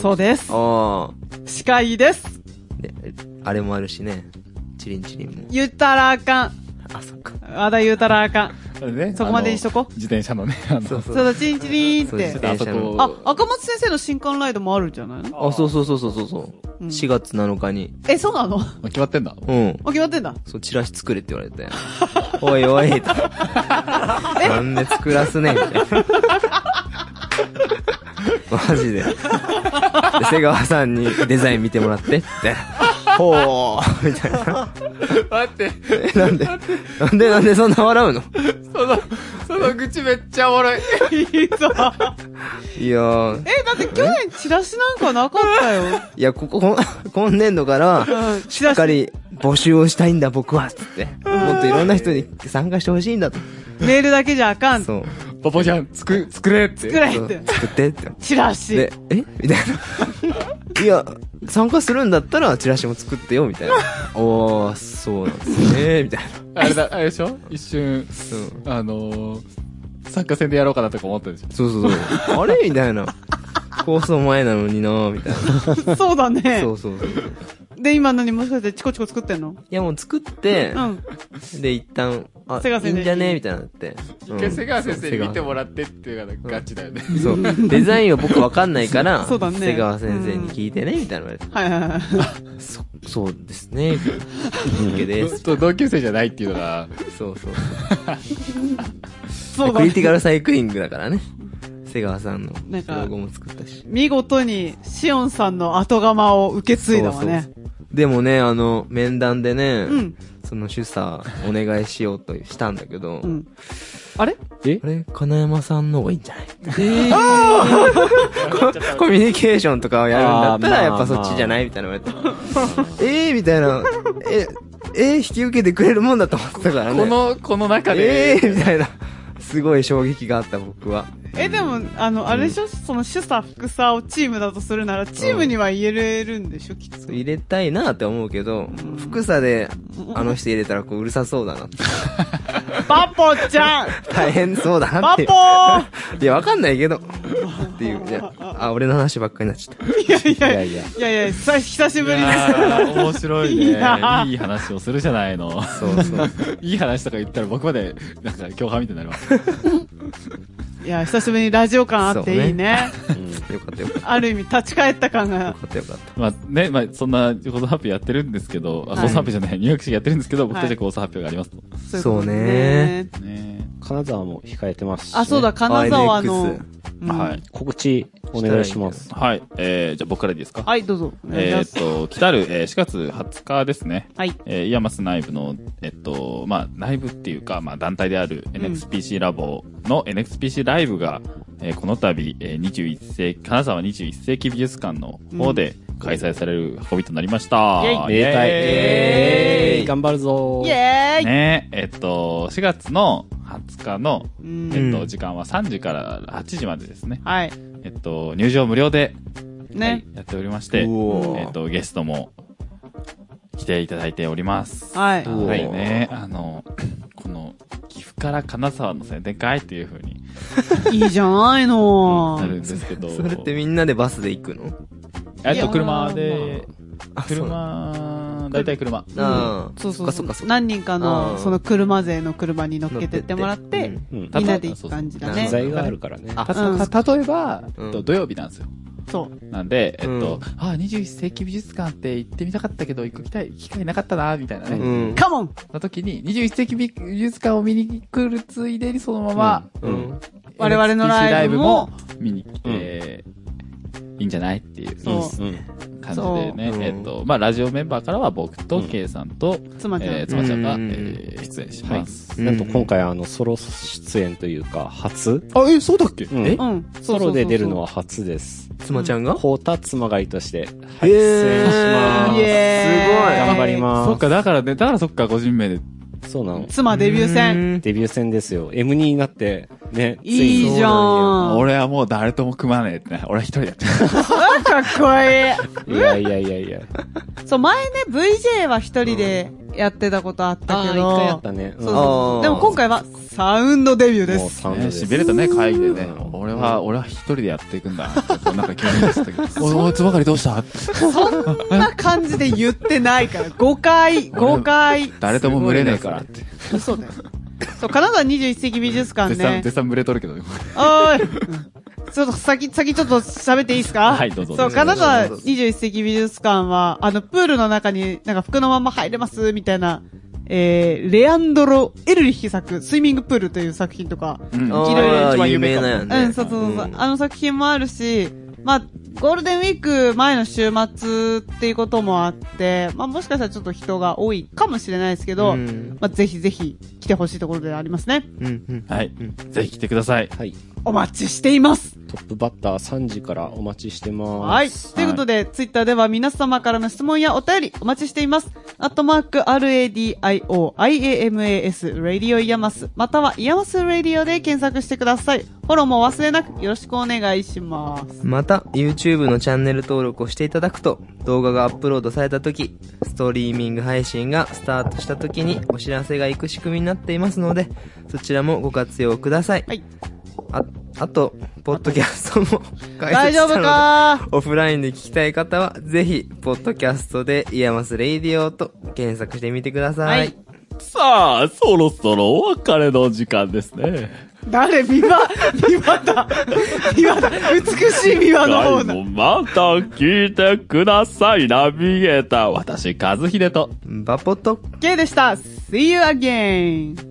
Speaker 2: そう
Speaker 3: で。
Speaker 2: です。
Speaker 3: ああ。
Speaker 2: 司会です。
Speaker 3: で、あれもあるしね。チリンチリンも。
Speaker 2: 言ったらあかん。
Speaker 3: あ、そっか。
Speaker 2: まだ言うたらあかん。
Speaker 1: あれね
Speaker 2: そこまでにしとこ
Speaker 1: あの自転車のね、あの、
Speaker 3: そう
Speaker 2: そう
Speaker 3: そう。
Speaker 2: だ、チンチリンっ
Speaker 3: そうです
Speaker 2: て
Speaker 3: ね。
Speaker 1: あそこ
Speaker 2: あ、赤松先生の新刊ライドもあるんじゃないの
Speaker 3: あ、そうそうそうそうそうそうう。
Speaker 2: ん
Speaker 3: 4月7日に。
Speaker 2: え、そうなのあ、
Speaker 1: あ決まってんだ。
Speaker 3: うん。
Speaker 2: 決まってんだ。 *laughs*
Speaker 3: そう、チラシ作れって言われて。おいおい、と。なんで作らすねん、みたいな。マジで。で瀬川さんにデザイン見てもらって、って。ほー、みたいな。
Speaker 1: 待って、
Speaker 3: えなんで、なんで、なんでそんな笑うの
Speaker 1: その、その口めっちゃおもろい。
Speaker 2: いいぞ。
Speaker 3: いやー、
Speaker 2: え、だって去年チラシなんかなかったよ。
Speaker 3: *laughs* いや、ここ、こん今年度から、
Speaker 2: うん
Speaker 3: しっかり募集をしたいんだ、僕は、つって。もっといろんな人に参加してほしいんだと。
Speaker 2: メールだけじゃあかん。
Speaker 3: そう。
Speaker 1: ポポちゃん、作、作れって。
Speaker 2: 作れ
Speaker 3: そ
Speaker 2: っ
Speaker 3: う
Speaker 2: て。
Speaker 3: 作って、って。
Speaker 2: チラシ
Speaker 3: で。、えみたい *laughs* な。いや、参加するんだったらチラシも作ってよ、みたいな。 *laughs* おー、そうなんですね、みたいな。
Speaker 1: あれだ、あれでしょ一瞬、
Speaker 3: そう
Speaker 1: あのー、参加戦でやろうかなとか思ったでしょ
Speaker 3: そうそう *laughs* そう。あれみたいな。放送前なのになみたいな。
Speaker 2: そうだね
Speaker 3: そ。うそうそう。い
Speaker 2: で、今何もしかしてチコチコ作ってんの
Speaker 3: や、もう作って
Speaker 2: う、ん。
Speaker 3: で、一旦、あ、
Speaker 2: 瀬川
Speaker 3: いい
Speaker 2: 先生
Speaker 3: んじゃねみたいになって。
Speaker 1: 一回瀬川先生に見て
Speaker 3: も
Speaker 1: もらってっていうのがガチだよ *laughs* ね。
Speaker 3: そう。デザインは僕わかんない *laughs* から、
Speaker 2: そうだね
Speaker 3: 瀬川先生に聞いてね、みたいな言われて。
Speaker 2: はいはいはい。
Speaker 3: *laughs* そ、そうですね、みたいな。オッケーで *laughs*
Speaker 1: と
Speaker 3: す。
Speaker 1: と同級生じゃないっていうのが、
Speaker 3: そうそう。
Speaker 2: そうだ
Speaker 3: クリティカ
Speaker 2: ね。
Speaker 3: ルサイクリングだからね。瀬川さんの
Speaker 2: なんか
Speaker 3: ロゴも作ったし。
Speaker 2: 見事に、シオンさんの後釜を受け継いだわね
Speaker 3: そ。うそうそうでもね、あの、面談でね、
Speaker 2: うん
Speaker 3: その主査お願いしようとしたんだけど、
Speaker 2: うん。あれ
Speaker 3: あれ金山さんの方がいいんじゃない、コ *laughs* コミュニケーションとかをやるんだったら、
Speaker 5: あー
Speaker 3: やっぱそっちじゃないみたいな言われて。えーみたいな。え、えー引き受けてくれるもんだと思ってたからね。
Speaker 1: この、この中
Speaker 3: え
Speaker 1: で、
Speaker 3: ーみたいな。すごい衝撃があった僕は。
Speaker 2: え、でも、あの、あれでしょその主査、副査をチームだとするなら、チームには入れるんでしょきっと
Speaker 3: そう。入れたいなって思うけど、副査であの人入れたらこううるさそうだなって。 *laughs*
Speaker 2: パポちゃん
Speaker 3: 大変そうだな
Speaker 2: パ
Speaker 3: って
Speaker 2: ポ
Speaker 3: いう。
Speaker 2: ー
Speaker 3: いや、わかんないけど。っていうね。あ、俺の話ばっかりになっちゃっ
Speaker 2: いやいやい
Speaker 5: いや
Speaker 2: や。いやいや、さ久しぶり
Speaker 1: い
Speaker 2: です。
Speaker 1: やー面白いね。
Speaker 2: いやー
Speaker 1: いい話をするじゃないの。
Speaker 3: た。そうそう。
Speaker 1: いい話とか言ったら僕まで、なんか、共犯みたいになります。
Speaker 2: いや、久しぶりにラジオ感あっていいね。
Speaker 3: そうねよかったよかっ
Speaker 2: ある意味、立ち返った感が
Speaker 3: た。よ。かったよかった。
Speaker 1: まあね、まあ、そんな、放送発表やってるんですけど、あ、放
Speaker 2: はい
Speaker 1: 送発表じゃない、入学式やってるんですけど、僕た
Speaker 2: は
Speaker 1: ち
Speaker 2: い
Speaker 1: 放送発表がありますと。
Speaker 2: いこと
Speaker 3: そうね。
Speaker 1: ね
Speaker 5: 金沢も控えてますし、ね。
Speaker 2: あ、そうだ、。金沢の。うん
Speaker 1: はい。
Speaker 5: 告知お願いします。
Speaker 1: はい。えー、じゃあ僕からでいいですか
Speaker 2: はい、どうぞ。お願いし
Speaker 1: え
Speaker 2: ま
Speaker 1: ーっ
Speaker 2: す
Speaker 1: と、来たる、えー4月20日ですね。
Speaker 2: はい。
Speaker 1: えーイヤマス内部の、えっと、まあ、内部っていうか、まあ、団体である NXPC ラボの NXPC ライブが、えーこの度、えー21世紀、金沢21世紀美術館の方で開催される運びとなりました。
Speaker 5: イエイめでたい
Speaker 1: エーイ
Speaker 5: 頑張るぞ
Speaker 2: イェーイ、
Speaker 1: ねえ、えっと、4月の20日の、
Speaker 2: うん
Speaker 1: えっ
Speaker 3: う
Speaker 1: と、
Speaker 3: ん
Speaker 1: 時間は3時から8時までですね。
Speaker 2: はい。
Speaker 1: えっと、入場無料で、
Speaker 2: ね。
Speaker 1: やっておりまして、え
Speaker 3: うおー
Speaker 1: っと、ゲストも来ていただいております。
Speaker 2: はい。
Speaker 3: うお
Speaker 1: はいね、あの、 *clears throat* この、岐阜から金沢の宣伝会っていう風に
Speaker 2: いいじゃないの
Speaker 1: な。るんですけど、
Speaker 3: それってみんなでバスで行くの
Speaker 1: えっと、車
Speaker 2: いや
Speaker 1: で、
Speaker 3: あ、そう。
Speaker 1: 車、だいたい車。
Speaker 3: あー
Speaker 2: そうそう
Speaker 3: そっかそっかそっか
Speaker 2: 何人か
Speaker 3: あー
Speaker 2: の、その車勢の車に乗っけてってもらっ
Speaker 3: う
Speaker 2: て
Speaker 3: ん、
Speaker 5: うん。
Speaker 2: みんなで行く感じだ
Speaker 3: そう
Speaker 5: 犯
Speaker 3: そ
Speaker 2: ね。
Speaker 3: う
Speaker 5: 罪があるからね。
Speaker 3: あ
Speaker 1: たた例えば、
Speaker 3: うん
Speaker 1: えっと土曜日なんですよ。
Speaker 2: そう。
Speaker 1: なんで、えっ
Speaker 3: うん
Speaker 1: と、あ、21世紀美術館って行ってみたかったけど、行く機会機会なかったな、みたいなね。
Speaker 3: うん。
Speaker 2: カモン
Speaker 1: の時に、21世紀美術館を見に来るついでに、そのまま、
Speaker 3: うん。
Speaker 2: 我々のライブも
Speaker 1: NXPC 見に来て、いいんじゃないっていう
Speaker 2: そう
Speaker 5: うん。
Speaker 1: 感じでね、
Speaker 3: そう
Speaker 1: えっと、まあ、ラジオメンバーからは僕と K さんと、
Speaker 2: 妻ちゃん。
Speaker 1: えー、妻ちゃんが、え
Speaker 3: うん
Speaker 1: ー出演します。
Speaker 3: うん
Speaker 5: なんと今回あの、ソロ出演というか、初
Speaker 1: あ、え、そうだっけ
Speaker 5: うん
Speaker 3: え
Speaker 2: うん。そうそうそ
Speaker 5: ソ
Speaker 2: うそう
Speaker 5: ロで出るのは初です。
Speaker 3: 妻ちゃんが
Speaker 5: コータつまがりとして、は
Speaker 3: えー
Speaker 5: い、出演します。
Speaker 2: イエーイ
Speaker 3: すごい
Speaker 5: 頑張り
Speaker 1: そ
Speaker 5: ま
Speaker 1: っか、だからね、だからそっか、個人名で
Speaker 5: そうなの。
Speaker 2: 妻デビュー戦。
Speaker 3: うん
Speaker 5: デビュー戦ですよ。M2 になって、ね、つ
Speaker 2: いいじゃん。
Speaker 1: 俺はもう誰とも組まねえって *laughs* ね。俺は一人だって。
Speaker 2: あ *laughs* かっこ
Speaker 5: いやいやいやいや。
Speaker 2: いい。そう、前ね、VJ は一人でやってたことあったけ
Speaker 5: ああ、
Speaker 2: ど、
Speaker 5: 一回やったね。
Speaker 2: そう
Speaker 5: うん
Speaker 2: そ
Speaker 3: あー
Speaker 2: うでも今回はサウンドデビューで
Speaker 5: もう
Speaker 2: す。
Speaker 5: サウンド
Speaker 1: ね、
Speaker 5: です
Speaker 1: しびれたね、会議でね
Speaker 5: う。ん
Speaker 1: 俺は、俺は一人でやっていくんだ。なんか気にしたけ
Speaker 5: *laughs*
Speaker 1: ど。おおい、つばかりどうした
Speaker 2: そんな感じで言ってないから、誤解、誤解。
Speaker 1: 誰とも群れねえからって。
Speaker 2: 嘘だよ。そう、金沢21世紀美術館
Speaker 1: 絶賛、
Speaker 2: ね
Speaker 1: 絶。賛群れとるけどね。
Speaker 2: おーい。ちょっと先、先ちょっと喋っていいですか
Speaker 1: はいどうぞ
Speaker 2: そ
Speaker 1: ど
Speaker 2: う、
Speaker 1: うぞ
Speaker 2: 金沢21世紀美術館は、あの、プールの中になんか服のまま入れます、みたいな、えー、レアンドロ・エルリッヒ作、スイミングプールという作品とか、
Speaker 1: うん
Speaker 3: あー
Speaker 2: いろいろ一
Speaker 1: 番
Speaker 3: 有
Speaker 1: 有
Speaker 3: 名
Speaker 1: 名かも
Speaker 3: なや
Speaker 2: う
Speaker 3: ね。
Speaker 2: ん、そうそうそうそう、
Speaker 3: ん
Speaker 2: あの作品もあるし、まあ、ゴールデンウィーク前の週末っていうこともあって、まあもしかしたらちょっと人が多いかもしれないですけど、
Speaker 3: うん
Speaker 2: まあぜひぜひ来てほしいところでありますね。
Speaker 3: うんうん
Speaker 1: はい。ぜひ来てください。
Speaker 5: はい。
Speaker 2: お待ちしています
Speaker 5: トップバッター3時からお待ちしてます。
Speaker 2: はい。ということで、ツイッターでは皆様からの質問やお便りお待ちしています。アットマーク、RADIO、IAMAS、イヤマスまたはイヤマスラディオで検索してください。フォローも忘れなくよろしくお願いします。
Speaker 3: また、YouTube のチャンネル登録をしていただくと、動画がアップロードされた時、ストリーミング配信がスタートした時にお知らせが行く仕組みになっていますので、そちらもご活用ください。
Speaker 2: はい。
Speaker 3: あ、あと、ポッドキャストも *laughs* 開
Speaker 2: 大
Speaker 3: 設
Speaker 2: 丈
Speaker 3: し
Speaker 2: 夫
Speaker 3: たので
Speaker 2: か
Speaker 3: オフラインで聞きたい方は、ぜひ、ポッドキャストで、イヤマスレイディオと検索してみてください。
Speaker 2: はい
Speaker 4: さあ、そろそろお別れの時間ですね。
Speaker 2: 誰ビ *laughs* バ、ビバだ。ビバだ。美しいビバの方
Speaker 4: 回
Speaker 2: だ。
Speaker 4: もまた聞いてください、ナビゲーター。私、和秀と。
Speaker 3: バポット
Speaker 2: K でした。See you again!